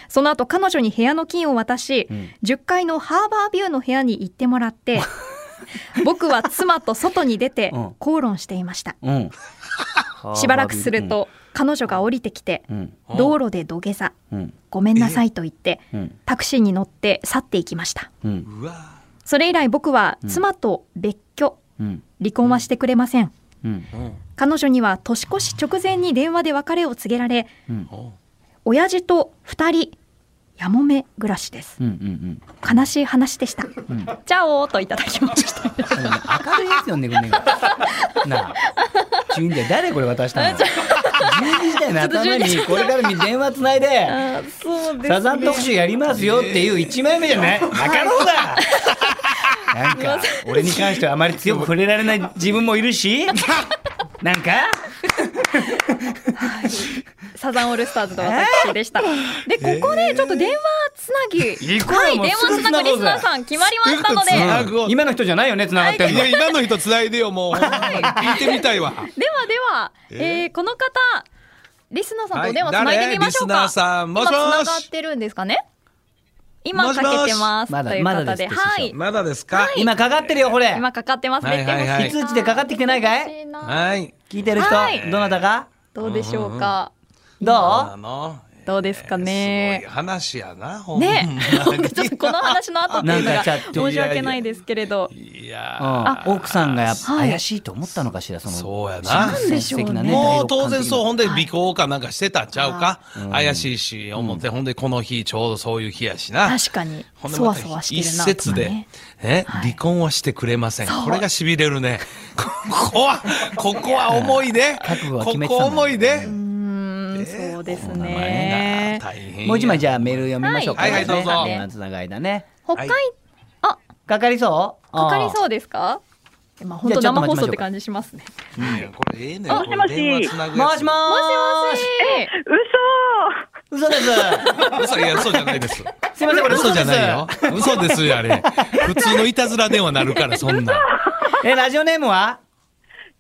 [SPEAKER 1] その後彼女に部屋の金を渡し、
[SPEAKER 2] うん
[SPEAKER 1] 10階のハーバービューの部屋に行ってもらって
[SPEAKER 2] [laughs]
[SPEAKER 1] 僕は妻と外に出て
[SPEAKER 2] うん
[SPEAKER 1] 口論していました、
[SPEAKER 2] うん。
[SPEAKER 1] しばらくする。と彼女が降りてきて、
[SPEAKER 2] うん
[SPEAKER 3] うん
[SPEAKER 1] 道路で土下座
[SPEAKER 2] うん
[SPEAKER 1] ごめんなさいと言って
[SPEAKER 2] うん
[SPEAKER 1] タクシーに乗って去っていきました
[SPEAKER 2] うん
[SPEAKER 3] うわ。
[SPEAKER 1] それ以来僕は
[SPEAKER 2] うん
[SPEAKER 1] 妻と別居
[SPEAKER 2] うん
[SPEAKER 1] 離婚はしてくれません
[SPEAKER 2] うん
[SPEAKER 3] うん
[SPEAKER 1] 彼女には年越し直前に電話で別れを告げられ
[SPEAKER 2] うん
[SPEAKER 3] おー
[SPEAKER 1] 親父と2人やもめ暮らしです
[SPEAKER 2] うんうん。
[SPEAKER 1] 悲しい話でした、
[SPEAKER 2] ん
[SPEAKER 1] じゃおーといただきました
[SPEAKER 2] 明るいですよねこれ。なあ。12時台誰これ渡したの？12時台の頭にこれからに電話つないで。
[SPEAKER 1] [laughs] あーそうです
[SPEAKER 2] サザン特集やりますよっていう一枚目じゃない、なかろうだなんか俺に関してはあまり強く触れられない自分もいるしなんか
[SPEAKER 1] サザンオールスターズの私でした。で、ここでちょっと電話つなぎ、
[SPEAKER 2] 行こうよ
[SPEAKER 1] はい、
[SPEAKER 2] もう
[SPEAKER 1] 電話つなぐリスナーさん決まりましたので、
[SPEAKER 3] すぐ
[SPEAKER 1] で
[SPEAKER 3] つな
[SPEAKER 1] は
[SPEAKER 3] ぐわ
[SPEAKER 2] 今の人じゃないよね繋がってる
[SPEAKER 3] い
[SPEAKER 2] の
[SPEAKER 3] や、今の人繋いでよ、もう。ほんまに聞いてみたいわ。
[SPEAKER 1] では、え
[SPEAKER 3] え
[SPEAKER 1] ーこの方、リスナーさんとお電話つ
[SPEAKER 3] はい
[SPEAKER 1] ないでみましょうか。
[SPEAKER 3] 誰リスナーさんもしもし
[SPEAKER 1] 今つながってるんですかね今かけてます
[SPEAKER 2] もしもし
[SPEAKER 1] という
[SPEAKER 2] ま
[SPEAKER 1] こと
[SPEAKER 2] だまだ
[SPEAKER 1] で
[SPEAKER 2] で
[SPEAKER 1] す、
[SPEAKER 2] す
[SPEAKER 1] はい。
[SPEAKER 3] まだですか
[SPEAKER 2] 今かかってるよこれ
[SPEAKER 1] 今かかってますね。
[SPEAKER 3] はいはいはい
[SPEAKER 1] でも
[SPEAKER 3] 非
[SPEAKER 2] 通知でかかってきてないかい
[SPEAKER 1] 欲しな
[SPEAKER 3] はい。
[SPEAKER 2] 聞いてる人、
[SPEAKER 1] はい
[SPEAKER 2] どなたか
[SPEAKER 1] どうでしょうか。
[SPEAKER 2] ど
[SPEAKER 3] あの、
[SPEAKER 1] どうですかね
[SPEAKER 3] すごい話やな、ほんま
[SPEAKER 1] ね
[SPEAKER 3] [laughs] に、
[SPEAKER 1] なん [laughs] かちょっとこの話の後っていうの
[SPEAKER 2] なん
[SPEAKER 1] が
[SPEAKER 2] かちょっと
[SPEAKER 1] 申し訳ないですけれど。
[SPEAKER 3] い
[SPEAKER 2] うん
[SPEAKER 3] や
[SPEAKER 2] 奥さんがやっぱ
[SPEAKER 1] はい
[SPEAKER 2] 怪しいと思ったのかしら、その。
[SPEAKER 3] そうやな
[SPEAKER 2] 親切的な
[SPEAKER 1] なんでしょうね
[SPEAKER 2] ね
[SPEAKER 3] もう当然そう、
[SPEAKER 2] う。
[SPEAKER 3] ほんで尾行かなんかしてたんちゃうか
[SPEAKER 2] うん。
[SPEAKER 3] 怪しいし、思って、ほんでこの日ちょうどそういう日やしな。
[SPEAKER 1] 確かに
[SPEAKER 3] ほんで
[SPEAKER 1] そ
[SPEAKER 3] ま
[SPEAKER 1] わ
[SPEAKER 3] た
[SPEAKER 1] そわして
[SPEAKER 3] 一
[SPEAKER 1] るなと
[SPEAKER 3] 説
[SPEAKER 1] か
[SPEAKER 3] で
[SPEAKER 1] ね。、
[SPEAKER 3] え、離婚はしてくれません。
[SPEAKER 1] そう
[SPEAKER 3] これが痺れるね。 [laughs] ここは、ここは重いで。
[SPEAKER 2] 覚悟は
[SPEAKER 3] こ
[SPEAKER 2] 決めてたんだ
[SPEAKER 3] こ重いで
[SPEAKER 1] う。ーんそうです
[SPEAKER 2] こんなもん
[SPEAKER 1] ね。
[SPEAKER 3] 大変や。
[SPEAKER 2] もう一枚じゃあメール読みましょうか。
[SPEAKER 3] はいはいはいどうぞ
[SPEAKER 2] 電話つながりだね。
[SPEAKER 1] 北海、
[SPEAKER 3] は
[SPEAKER 1] あ
[SPEAKER 2] かかりそう
[SPEAKER 1] かかり
[SPEAKER 2] う
[SPEAKER 1] そうですか？まあ本当
[SPEAKER 2] じゃあちょっと
[SPEAKER 1] 生放
[SPEAKER 2] 待ちましょうか
[SPEAKER 1] 送って感じしますね。
[SPEAKER 3] いやこれええねん。
[SPEAKER 4] あ
[SPEAKER 3] これ電話つなぐや
[SPEAKER 2] も
[SPEAKER 3] つ
[SPEAKER 1] も
[SPEAKER 2] しも
[SPEAKER 1] しも
[SPEAKER 2] ーし。
[SPEAKER 1] し。
[SPEAKER 4] 嘘
[SPEAKER 2] 嘘です。
[SPEAKER 3] 嘘いや、そうじゃないです。
[SPEAKER 2] すいません、これ
[SPEAKER 3] 嘘
[SPEAKER 2] 嘘
[SPEAKER 3] じ
[SPEAKER 2] じ
[SPEAKER 3] ゃ
[SPEAKER 2] ゃ
[SPEAKER 3] な
[SPEAKER 2] ないい
[SPEAKER 3] よ
[SPEAKER 2] よ。。
[SPEAKER 3] 嘘ですよ、あれ。普通のいたずら電話なるから、そんな。
[SPEAKER 2] [laughs] え、ラジオネームは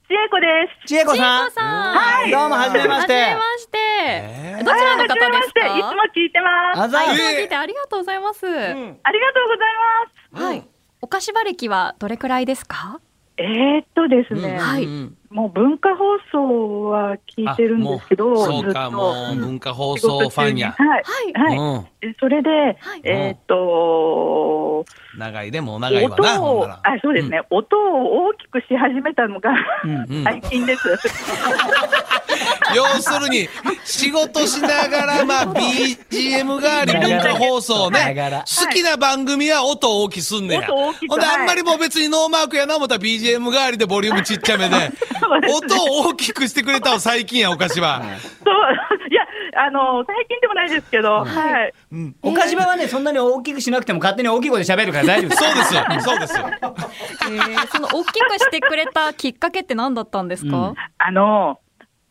[SPEAKER 4] ちえこです。
[SPEAKER 2] ちえこさん。
[SPEAKER 1] さん。
[SPEAKER 2] はい。どうも、はじめまし
[SPEAKER 1] はじ
[SPEAKER 2] て
[SPEAKER 1] め。まして。
[SPEAKER 3] えー
[SPEAKER 1] どちらの
[SPEAKER 4] は
[SPEAKER 1] 方
[SPEAKER 4] じめま
[SPEAKER 1] で
[SPEAKER 4] し
[SPEAKER 1] す
[SPEAKER 4] て。
[SPEAKER 1] か？
[SPEAKER 4] いつも聞いてます。
[SPEAKER 2] あざ
[SPEAKER 1] あ
[SPEAKER 2] ー
[SPEAKER 1] いつも聞いてありがとうございます。
[SPEAKER 4] ありがとうございます。
[SPEAKER 1] はい。お菓子場歴はどれくらいですか？
[SPEAKER 4] えー、っとですね、
[SPEAKER 1] はい
[SPEAKER 3] うん
[SPEAKER 4] もう文化放送は [laughs] 聞いてるんですけど、
[SPEAKER 3] あもうそうか、
[SPEAKER 4] ずっと
[SPEAKER 3] もう文化放送ファンや
[SPEAKER 4] 仕事。中にはい。
[SPEAKER 1] はい。
[SPEAKER 4] はい。
[SPEAKER 3] うん
[SPEAKER 4] えそれで、
[SPEAKER 1] い
[SPEAKER 4] えー、っと、
[SPEAKER 3] 長いでもう長いわな。
[SPEAKER 4] 音
[SPEAKER 3] ほん
[SPEAKER 4] を、
[SPEAKER 3] なら
[SPEAKER 4] あ、そうですね、音を大きくし始めたのが、
[SPEAKER 2] うん
[SPEAKER 3] うん
[SPEAKER 4] 最近です。
[SPEAKER 3] [laughs] 要するに、仕事しながら、まあ、BGM 代わり文化放送
[SPEAKER 2] な
[SPEAKER 3] ね。
[SPEAKER 2] がら
[SPEAKER 3] 好きな番組は音を大きくすんねや。
[SPEAKER 4] 音を大きく
[SPEAKER 3] ほんで、
[SPEAKER 4] はい
[SPEAKER 3] あんまりもう別にノーマークやな思ったら BGM 代わりでボリュームちっちゃめで、
[SPEAKER 4] [laughs] そうですね
[SPEAKER 3] 音を大きくしてくれたの最近や、お菓子は。
[SPEAKER 4] そう、いや、あの、最近でもないですけど、はい。
[SPEAKER 2] 岡島はね、そんなに大きくしなくても勝手に大きい声で喋るから大丈夫です。
[SPEAKER 3] そうですよ、そうですよ。
[SPEAKER 1] えーその大きくしてくれたきっかけって何だったんですか？
[SPEAKER 4] あの、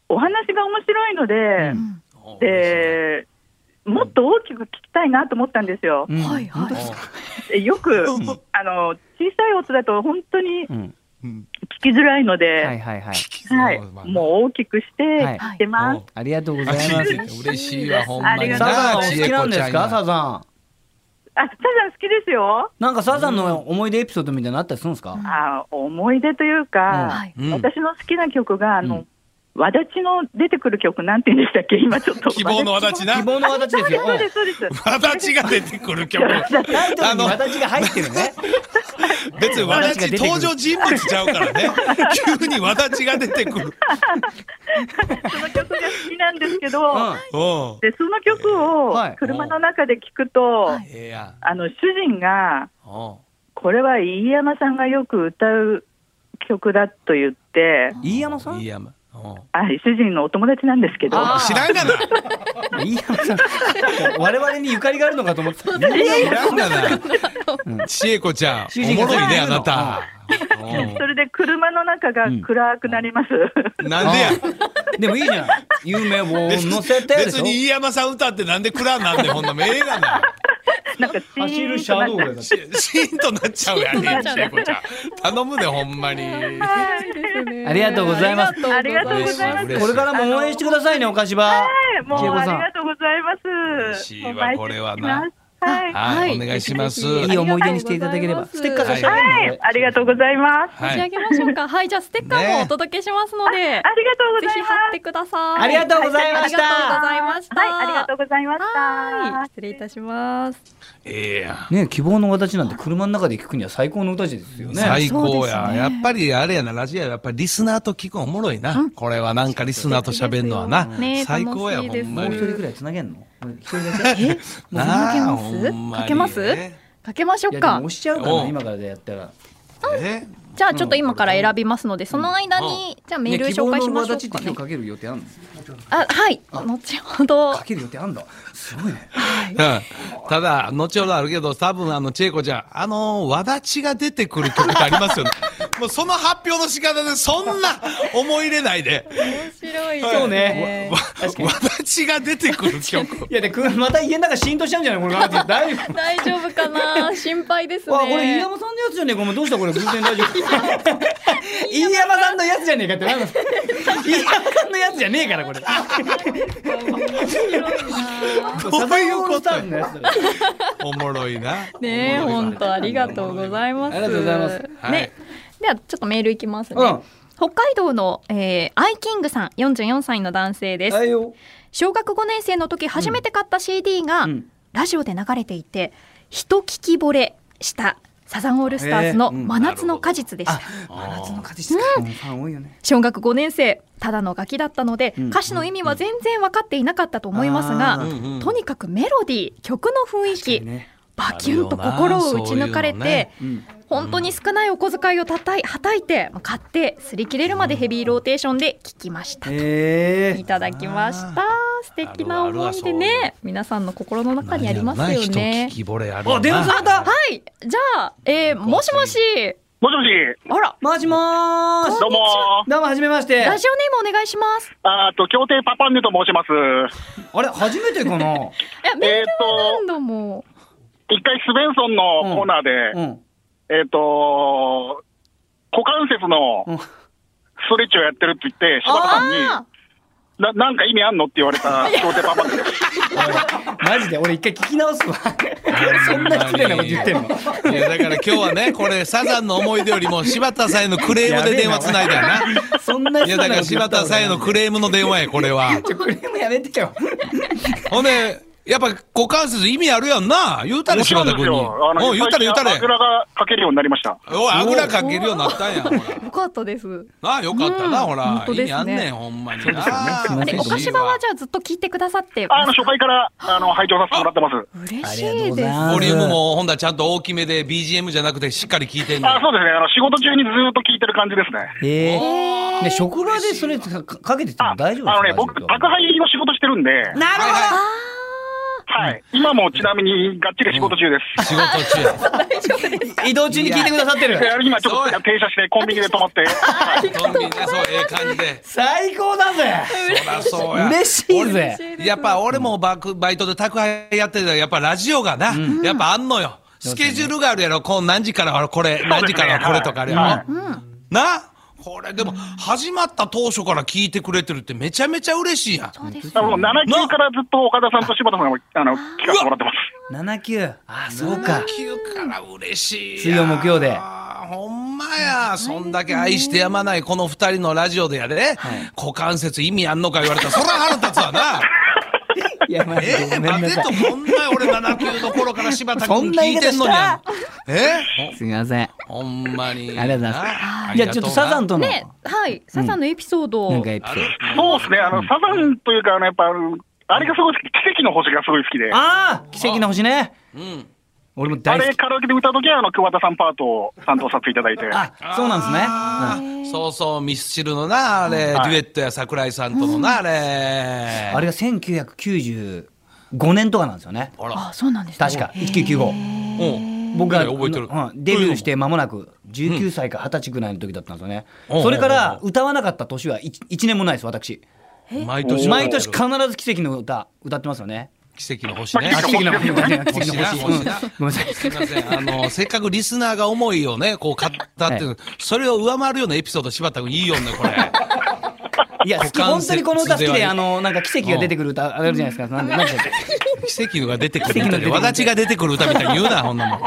[SPEAKER 4] お話が面白いので、
[SPEAKER 1] うん
[SPEAKER 4] で、もっと大きく聞きたいなと思ったんですよ。
[SPEAKER 2] うん
[SPEAKER 1] はいはい
[SPEAKER 3] うん
[SPEAKER 4] えよく、
[SPEAKER 3] ん
[SPEAKER 4] あの、小さい音だと本当に
[SPEAKER 2] うん
[SPEAKER 3] うん
[SPEAKER 4] 聞きづらいので、
[SPEAKER 2] はいはいはい。
[SPEAKER 4] はい
[SPEAKER 3] まあ
[SPEAKER 4] もう大きくして
[SPEAKER 2] はい
[SPEAKER 4] 聞いてます。
[SPEAKER 3] うん
[SPEAKER 2] [laughs] ありがとうございます。
[SPEAKER 3] 嬉しいわ、ほんま
[SPEAKER 4] あ
[SPEAKER 3] に
[SPEAKER 4] り
[SPEAKER 3] な。
[SPEAKER 4] が
[SPEAKER 2] サ
[SPEAKER 4] とうご
[SPEAKER 2] ザンお
[SPEAKER 4] ざいます
[SPEAKER 2] 好きなんですかサザン。
[SPEAKER 4] あ、サザン好きですよ。
[SPEAKER 2] なんかサザンの思い出エピソードみたいなのあったりするんですか
[SPEAKER 4] あ思い出という
[SPEAKER 2] うん
[SPEAKER 4] か、
[SPEAKER 1] はい。
[SPEAKER 3] うん
[SPEAKER 4] 私の好きな曲が、あ
[SPEAKER 2] う
[SPEAKER 4] の、わだちの出てくる曲、なんて言うんでしたっけ今
[SPEAKER 2] [laughs]
[SPEAKER 4] ちょっと。
[SPEAKER 3] 希望のわだちな
[SPEAKER 2] 希。
[SPEAKER 3] [laughs]
[SPEAKER 2] 望の形ですよ。
[SPEAKER 4] そうです、そうです。
[SPEAKER 3] わだちが出てくる曲。
[SPEAKER 2] タイトルに形が入ってるね。
[SPEAKER 3] 別にわだち登場人物ちゃうから [laughs] ね。急にわだちが出てく [laughs] る。
[SPEAKER 4] その曲が好きなんですけど、
[SPEAKER 2] うん。
[SPEAKER 3] うん。
[SPEAKER 4] で、その曲を
[SPEAKER 2] はい
[SPEAKER 4] 車の中で聞くと、
[SPEAKER 1] はい
[SPEAKER 3] ええやん。
[SPEAKER 4] あの、主人が、
[SPEAKER 3] うん
[SPEAKER 4] これは飯山さんがよく歌う曲だと言って、
[SPEAKER 2] 飯山さん
[SPEAKER 3] 飯山。うん
[SPEAKER 4] あ主人のお友達なんですけど、
[SPEAKER 2] あー
[SPEAKER 3] 知らんがな。
[SPEAKER 2] 飯山さん。我々にゆかりがあるのかと思ってた。
[SPEAKER 3] 知らんが
[SPEAKER 2] [laughs]
[SPEAKER 3] な。千恵子ちゃん、
[SPEAKER 2] 主
[SPEAKER 3] お
[SPEAKER 2] 人が
[SPEAKER 3] もろいね、あ
[SPEAKER 2] 知ら
[SPEAKER 3] なん
[SPEAKER 2] が
[SPEAKER 3] た
[SPEAKER 2] な。
[SPEAKER 4] それで車の中が暗くなります。
[SPEAKER 3] うんなんでや。
[SPEAKER 2] でもいいじゃん。夢を乗せてで
[SPEAKER 3] 別
[SPEAKER 2] し
[SPEAKER 3] に
[SPEAKER 2] ょ。
[SPEAKER 3] 飯山さん歌ってなんで暗なんで、ほんなもんええが [laughs] な。
[SPEAKER 4] なんかシーンとなっ
[SPEAKER 2] 走るシャドウ
[SPEAKER 4] は
[SPEAKER 2] だよ。
[SPEAKER 3] しシーンとなっちゃうやんね、千恵子ちゃん。頼むね、ほんまに。
[SPEAKER 1] いいですね
[SPEAKER 2] ありがとうございます
[SPEAKER 4] ありがとうございま
[SPEAKER 3] 嬉しい嬉
[SPEAKER 4] す。
[SPEAKER 3] しい
[SPEAKER 2] これからも応援してくださいね、お菓子場。
[SPEAKER 4] はい、もう
[SPEAKER 2] 千恵子
[SPEAKER 4] あ
[SPEAKER 2] さ
[SPEAKER 4] り
[SPEAKER 2] ん
[SPEAKER 4] がとうございま
[SPEAKER 3] 嬉
[SPEAKER 4] す。
[SPEAKER 3] しい
[SPEAKER 4] も
[SPEAKER 3] わ
[SPEAKER 4] う毎日
[SPEAKER 3] これはな
[SPEAKER 4] 聞きますはい。
[SPEAKER 3] は
[SPEAKER 1] はい
[SPEAKER 3] い、お願いします。
[SPEAKER 1] ぜひ
[SPEAKER 2] い
[SPEAKER 1] ぜ
[SPEAKER 2] い思い出にしていただければ。ステッカー差し上げるの
[SPEAKER 4] はい、ありがとうございます。
[SPEAKER 1] 差し
[SPEAKER 3] は
[SPEAKER 1] 上
[SPEAKER 3] い。
[SPEAKER 1] げましょうか。はい、じゃあステッカー
[SPEAKER 3] ね
[SPEAKER 1] もお届けしますので、
[SPEAKER 4] ありがとうご
[SPEAKER 1] ぜ
[SPEAKER 4] ざ
[SPEAKER 1] ひ
[SPEAKER 4] い
[SPEAKER 1] 貼
[SPEAKER 4] ま
[SPEAKER 1] っ
[SPEAKER 4] す
[SPEAKER 1] て。ください。
[SPEAKER 2] ありがとうございまし
[SPEAKER 1] ありがとうご
[SPEAKER 2] た。
[SPEAKER 1] ざいました。
[SPEAKER 4] はい、ありがとうございました。
[SPEAKER 1] はい失礼いたします。
[SPEAKER 3] ええやん。
[SPEAKER 2] ね、希望の形なんて車の中で聞くには最高の歌詞ですよね。
[SPEAKER 3] 最
[SPEAKER 1] そう
[SPEAKER 3] 高
[SPEAKER 1] です
[SPEAKER 3] や、
[SPEAKER 1] ね
[SPEAKER 3] やっぱりあれやなラジオややっぱりリスナーと聞くのおもろいな、これはなんかリスナーと喋るのはな、
[SPEAKER 1] ね
[SPEAKER 3] 最高や
[SPEAKER 1] 楽しいです
[SPEAKER 3] ほん
[SPEAKER 2] も
[SPEAKER 3] ま
[SPEAKER 2] う
[SPEAKER 3] に
[SPEAKER 2] 一人ぐらいつなげんの一人だけ
[SPEAKER 1] え、もう
[SPEAKER 3] なあほんまに
[SPEAKER 1] かけます？かけますかけましょ
[SPEAKER 3] ね？
[SPEAKER 2] いうやでも
[SPEAKER 1] か
[SPEAKER 2] 押。しちゃうか
[SPEAKER 3] お
[SPEAKER 2] ら
[SPEAKER 3] う
[SPEAKER 2] 今からでやったら。
[SPEAKER 3] え
[SPEAKER 1] じゃあちょっと今から選びますので、その間
[SPEAKER 3] う
[SPEAKER 1] にじゃあメール紹介しましょうか
[SPEAKER 2] ね希望の形って今
[SPEAKER 1] ね
[SPEAKER 2] 日。かける予定あんの
[SPEAKER 1] あ、はい。後ほど
[SPEAKER 2] か。ける予定あんだ。すごいね。
[SPEAKER 3] うんただ後ほどあるけど多分あの千恵子ちゃんあのわだちが出てくる曲ってありますよね [laughs] もうその発表の仕方でそんな思い入れないで
[SPEAKER 1] 面白いです
[SPEAKER 2] そうね
[SPEAKER 3] わわだちが出てくる曲
[SPEAKER 2] いやでくまた家の中浸透しちゃうんじゃないこれ [laughs] 大丈夫。
[SPEAKER 1] 大丈夫かな心配ですね。
[SPEAKER 2] わこれ飯山さんのやつじゃねえかお前どうしたこれ偶然大 [laughs] 丈夫飯山さんのやつじゃねえかってなんだ飯山さんのやつじゃねえからこれ
[SPEAKER 1] 面白いな。
[SPEAKER 3] どういうこ
[SPEAKER 2] サザンオールス
[SPEAKER 1] [laughs]
[SPEAKER 2] ターズのや
[SPEAKER 3] と
[SPEAKER 2] つだよ
[SPEAKER 3] おもろいな
[SPEAKER 1] ねえ、
[SPEAKER 3] おもろいわ
[SPEAKER 1] 本当ありがとうございます。
[SPEAKER 2] ありがとうございます
[SPEAKER 1] ね、
[SPEAKER 3] はい
[SPEAKER 1] ではちょっとメールいきますね。
[SPEAKER 2] うん
[SPEAKER 1] 北海道の、えーアイキングさん44歳の男性です、
[SPEAKER 2] はいよ。
[SPEAKER 1] 小学5年生の時初めて買った CD が、
[SPEAKER 2] うん
[SPEAKER 1] ラジオで流れていて人聞き惚れしたサザンオールスターズの「
[SPEAKER 2] へーうん
[SPEAKER 1] 真夏の果実」でした、
[SPEAKER 2] 真夏の風ですか。うんファン多いよね。
[SPEAKER 1] 小学5年生ただのガキだったので、
[SPEAKER 2] うん
[SPEAKER 1] 歌詞の意味は全然分かっていなかったと思いますが、
[SPEAKER 2] あー
[SPEAKER 3] うんうん
[SPEAKER 1] とにかくメロディー曲の雰囲気、
[SPEAKER 2] ね。
[SPEAKER 1] バキュンと心を打ち抜かれて、
[SPEAKER 3] あるよなそういうのね
[SPEAKER 2] うん。
[SPEAKER 1] 本当に少ないお小遣いをたたいはたいて買って擦り切れるまでヘビーローテーションで聴きましたと、
[SPEAKER 2] え
[SPEAKER 1] いただきました素敵な思いで
[SPEAKER 3] あるあるあ
[SPEAKER 1] ね皆さんの心の中にありますよ
[SPEAKER 3] ない
[SPEAKER 1] ね
[SPEAKER 3] 人聞き惚れある
[SPEAKER 2] え。
[SPEAKER 3] よな
[SPEAKER 2] あ、電話された。
[SPEAKER 1] はいじゃあ、えー、もしもし
[SPEAKER 5] もしもし、
[SPEAKER 1] あら
[SPEAKER 2] 回しまーす。
[SPEAKER 5] どうも
[SPEAKER 2] どうも、はじめまして。
[SPEAKER 1] ラジオネームお願いします
[SPEAKER 5] ー、あーと、協定パパンヌと申します。
[SPEAKER 2] あれ、初めてか [laughs] な。
[SPEAKER 1] いやメール
[SPEAKER 5] えーっ
[SPEAKER 1] は
[SPEAKER 5] と
[SPEAKER 1] 何度も、
[SPEAKER 5] 一回、スベンソンのコーナーで、
[SPEAKER 2] うん。
[SPEAKER 5] えっ、と股関節の
[SPEAKER 2] うん
[SPEAKER 5] ストレッチをやってるって言って、柴田さんに、
[SPEAKER 1] あ
[SPEAKER 5] ななんか意味あんのって言われた協定
[SPEAKER 2] [laughs]
[SPEAKER 5] パパンヌです。
[SPEAKER 2] マジで、俺一回聞き直すわ。 [laughs] そんな失礼なこと言ってんの。
[SPEAKER 3] いやだから今日はねこれサザンの思い出よりも柴田さんへのクレームで電話つないだ
[SPEAKER 2] [laughs]
[SPEAKER 3] よな
[SPEAKER 2] そんない
[SPEAKER 3] やだから柴田さんへのク
[SPEAKER 2] レ
[SPEAKER 3] レームの電話やこれは
[SPEAKER 2] ちょクレームやめてよ。
[SPEAKER 3] ほんでやっぱ股関節意味あるやんな言うた
[SPEAKER 5] も
[SPEAKER 3] れ
[SPEAKER 5] ちろ
[SPEAKER 3] 柴
[SPEAKER 5] んで
[SPEAKER 3] 田
[SPEAKER 5] す
[SPEAKER 3] 君に
[SPEAKER 5] よ。あの
[SPEAKER 3] もう言うたれ言うたれ
[SPEAKER 5] 最近あぐらがかけるようになりました。
[SPEAKER 3] おいあぐらかけるようになったんやほら
[SPEAKER 1] よかったです
[SPEAKER 3] なあよかったな
[SPEAKER 1] うん本
[SPEAKER 3] ほら
[SPEAKER 1] 当
[SPEAKER 3] 意
[SPEAKER 1] ですね
[SPEAKER 3] 味あんねんほんまに
[SPEAKER 2] うですよね
[SPEAKER 3] な
[SPEAKER 2] すい
[SPEAKER 1] あ
[SPEAKER 2] ま
[SPEAKER 1] れ
[SPEAKER 2] せん
[SPEAKER 1] お菓子場はじ
[SPEAKER 3] ゃ
[SPEAKER 1] ゃあずっと聞いてくださって
[SPEAKER 5] あの、初回から、あの、拝聴させてもらってます。
[SPEAKER 1] 嬉し
[SPEAKER 2] ありがとう
[SPEAKER 1] い
[SPEAKER 2] ご
[SPEAKER 1] で
[SPEAKER 2] ざい
[SPEAKER 1] す
[SPEAKER 2] ます
[SPEAKER 3] ボリュームもほんだらちゃんと大きめで BGM じゃなくてしっかり聞いてんの
[SPEAKER 5] あ、そうですね。あの、仕事中にずーっと聞いてる感じですね。
[SPEAKER 2] え
[SPEAKER 1] え
[SPEAKER 2] え。
[SPEAKER 1] ー
[SPEAKER 2] ね、職場でそれかかけてて
[SPEAKER 5] あ
[SPEAKER 2] も大丈夫ですか
[SPEAKER 5] あのね、僕、宅配の仕事してるんで、
[SPEAKER 2] なる
[SPEAKER 3] は
[SPEAKER 5] はい。今もちなみに、がっちり仕事中です。
[SPEAKER 3] 仕事
[SPEAKER 2] [laughs]
[SPEAKER 3] 中
[SPEAKER 2] ほど移動中に聞いてくださってる
[SPEAKER 5] で [laughs] 今ちょっと停車して、コンビニで止ま
[SPEAKER 2] [laughs]
[SPEAKER 5] って。はい
[SPEAKER 3] コンビニねそうええ感じで
[SPEAKER 2] 最高だぜ
[SPEAKER 3] そらそうや
[SPEAKER 2] 嬉しいぜ
[SPEAKER 3] やっぱ俺もバクバイトで宅配やってたらやっぱラジオがな、やっぱあんのよスケジュールがあるやろこう何時からはこれ
[SPEAKER 5] ね
[SPEAKER 3] 何時からはこれとかあるやろ、
[SPEAKER 5] はい
[SPEAKER 3] なこれでも始まった当初から聞いてくれてるってめちゃめちゃ嬉しいやん
[SPEAKER 1] そうです
[SPEAKER 5] あの、7級からずっと岡田さんと柴田さんを、あの、聞かせてもらってます。
[SPEAKER 2] 七九あそうか
[SPEAKER 3] 9から嬉しい
[SPEAKER 2] 水曜木曜で
[SPEAKER 3] あーほんまやそんだけ愛してやまないこの二人のラジオでやで、股関節意味あんのか言われたらそら腹立つわな
[SPEAKER 2] いやマジ
[SPEAKER 3] え
[SPEAKER 2] で
[SPEAKER 3] え
[SPEAKER 2] ごめんな
[SPEAKER 3] 待て
[SPEAKER 2] さ
[SPEAKER 3] と
[SPEAKER 2] い
[SPEAKER 3] こんな俺7級の頃から柴田
[SPEAKER 2] そ
[SPEAKER 3] 君
[SPEAKER 2] んな
[SPEAKER 3] 聞
[SPEAKER 2] 言い
[SPEAKER 3] い
[SPEAKER 2] 方
[SPEAKER 3] てん
[SPEAKER 2] し
[SPEAKER 3] のに
[SPEAKER 2] た
[SPEAKER 3] え
[SPEAKER 2] すみません
[SPEAKER 3] ほんまに。
[SPEAKER 2] ありがとうございますじゃあちょっとサザン
[SPEAKER 3] と。
[SPEAKER 2] との
[SPEAKER 1] ねはいサザンのエピソードを、
[SPEAKER 2] なんかエピソード
[SPEAKER 5] そうですね。あの、サザンというか、あの、やっぱ、あのあれがすごい好き、奇跡の星がすごい好きで、あ
[SPEAKER 2] ああ奇跡の星ね
[SPEAKER 3] うん。
[SPEAKER 2] 俺も大好
[SPEAKER 5] れ
[SPEAKER 2] き
[SPEAKER 5] カラオケで歌うときは、あの、桑田さんパートを担当させていただいて。
[SPEAKER 2] あそうなんですね
[SPEAKER 3] んですね。そうそう、ミスチルのな、あれ、デ
[SPEAKER 5] はい
[SPEAKER 3] ュエットや桜井さんとのな、あれ。
[SPEAKER 2] うんあれが1995年とかなんですよね
[SPEAKER 3] あら。
[SPEAKER 1] あそうなんですね
[SPEAKER 2] 確か1995
[SPEAKER 3] うん。
[SPEAKER 2] 僕が
[SPEAKER 3] いや覚えてる
[SPEAKER 2] うんデビューして間もなく19歳か20歳ぐらいの時だったんですよね
[SPEAKER 3] うん
[SPEAKER 2] それから歌わなかった年は 1, 年もないです私
[SPEAKER 3] 毎年。
[SPEAKER 2] 毎年必ず奇跡の歌歌ってますよね
[SPEAKER 3] 奇跡の星ね。
[SPEAKER 5] まあ
[SPEAKER 2] 奇跡の
[SPEAKER 5] 奇
[SPEAKER 2] 星
[SPEAKER 5] 跡の
[SPEAKER 2] 奇跡の
[SPEAKER 3] 星な
[SPEAKER 2] 星
[SPEAKER 3] 星
[SPEAKER 2] うん
[SPEAKER 3] な
[SPEAKER 2] ごめんなさい
[SPEAKER 3] すみません。あの、せっかくリスナーが思いをね、こう、買ったっていう、それを上回るようなエピソード、柴田君、いいよね、これ。
[SPEAKER 2] いや好き本
[SPEAKER 3] 股関節
[SPEAKER 2] 当にこの歌好き
[SPEAKER 3] 強い
[SPEAKER 2] であのなんか奇跡が出てくる歌あるじゃないですかなんでなんでしたっけ
[SPEAKER 3] 奇跡が出てくるみたいで、わだちが出てくる歌みたいに言う [laughs] な、ほんなもん。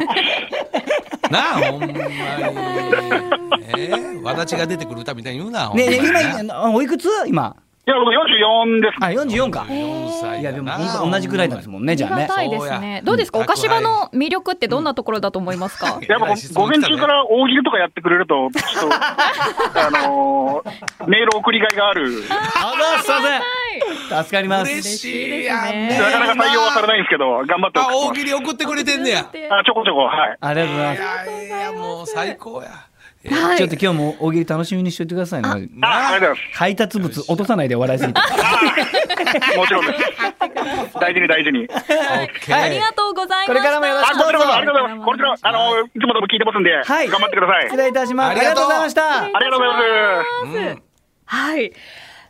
[SPEAKER 3] なあ、ほんまに。ええわだちが出てくる歌みたいに言うな、ほんま
[SPEAKER 2] ね
[SPEAKER 3] に。
[SPEAKER 2] ね今あおいくつ今
[SPEAKER 5] いや、僕44です。
[SPEAKER 2] あ44か
[SPEAKER 3] 4歳
[SPEAKER 2] いやでも
[SPEAKER 3] だな
[SPEAKER 2] 本当同じくらいなんですもんねじゃ
[SPEAKER 1] あ
[SPEAKER 2] あ
[SPEAKER 1] り
[SPEAKER 2] ね
[SPEAKER 1] がたいです
[SPEAKER 3] そうや
[SPEAKER 1] ね。どうですか、
[SPEAKER 3] うん
[SPEAKER 1] お菓子場の魅力ってどんなところだと思いますか。
[SPEAKER 5] やっぱ、午前中から大喜利とかやってくれると、ちょっと、あのーメール送りがいがある。
[SPEAKER 2] あざっすいません助かります
[SPEAKER 3] 嬉しいやんね。
[SPEAKER 1] 嬉しいですね
[SPEAKER 5] なかなか採用はされないんですけど、頑張って
[SPEAKER 3] あ、大
[SPEAKER 5] 送って
[SPEAKER 3] 喜利送ってくれてんねや。
[SPEAKER 5] ます。あ、ちょこちょこ、はい。
[SPEAKER 2] ありがとうござい
[SPEAKER 3] い
[SPEAKER 2] ま
[SPEAKER 3] やいや、もう最高や。
[SPEAKER 1] は
[SPEAKER 2] すち
[SPEAKER 1] い
[SPEAKER 2] ょっと。今日も大喜利楽しみにしといてくださいね
[SPEAKER 5] あ、ありがとう
[SPEAKER 2] 配達物落とさないで笑いすぎて
[SPEAKER 5] ございます。もちろんです。大事に大事に。
[SPEAKER 3] オッケー
[SPEAKER 1] ありがとうございました。
[SPEAKER 2] これからもよろし
[SPEAKER 5] あ、
[SPEAKER 2] くど
[SPEAKER 5] こ
[SPEAKER 2] う
[SPEAKER 5] ち
[SPEAKER 2] ぞ
[SPEAKER 5] らこそありがとうございます。こちら、あのーいつもでも聞いてますんで、
[SPEAKER 2] はい
[SPEAKER 5] 頑張ってください。
[SPEAKER 2] 失礼いたしますあ
[SPEAKER 3] あ
[SPEAKER 2] り
[SPEAKER 3] り
[SPEAKER 2] が
[SPEAKER 3] が
[SPEAKER 2] と
[SPEAKER 3] と
[SPEAKER 2] う
[SPEAKER 3] う
[SPEAKER 2] ございました
[SPEAKER 5] ありがとうございます。
[SPEAKER 3] うん
[SPEAKER 1] はい。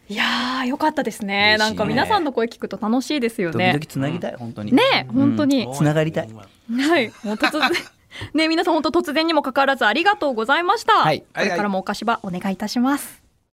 [SPEAKER 1] いやー、よかったですね。
[SPEAKER 3] 嬉
[SPEAKER 1] な
[SPEAKER 3] しいね
[SPEAKER 1] んか皆さんの声聞くと楽しいですよ
[SPEAKER 2] 時々
[SPEAKER 1] ね。
[SPEAKER 2] つなぎたい本当に
[SPEAKER 1] ねえ、本当に。
[SPEAKER 2] つながりたい
[SPEAKER 1] はい、もう突然。 [laughs] ねえ、皆さん本当突然にもかかわらずありがとうございました。
[SPEAKER 2] はい
[SPEAKER 1] これからもお菓子場お願いいたします。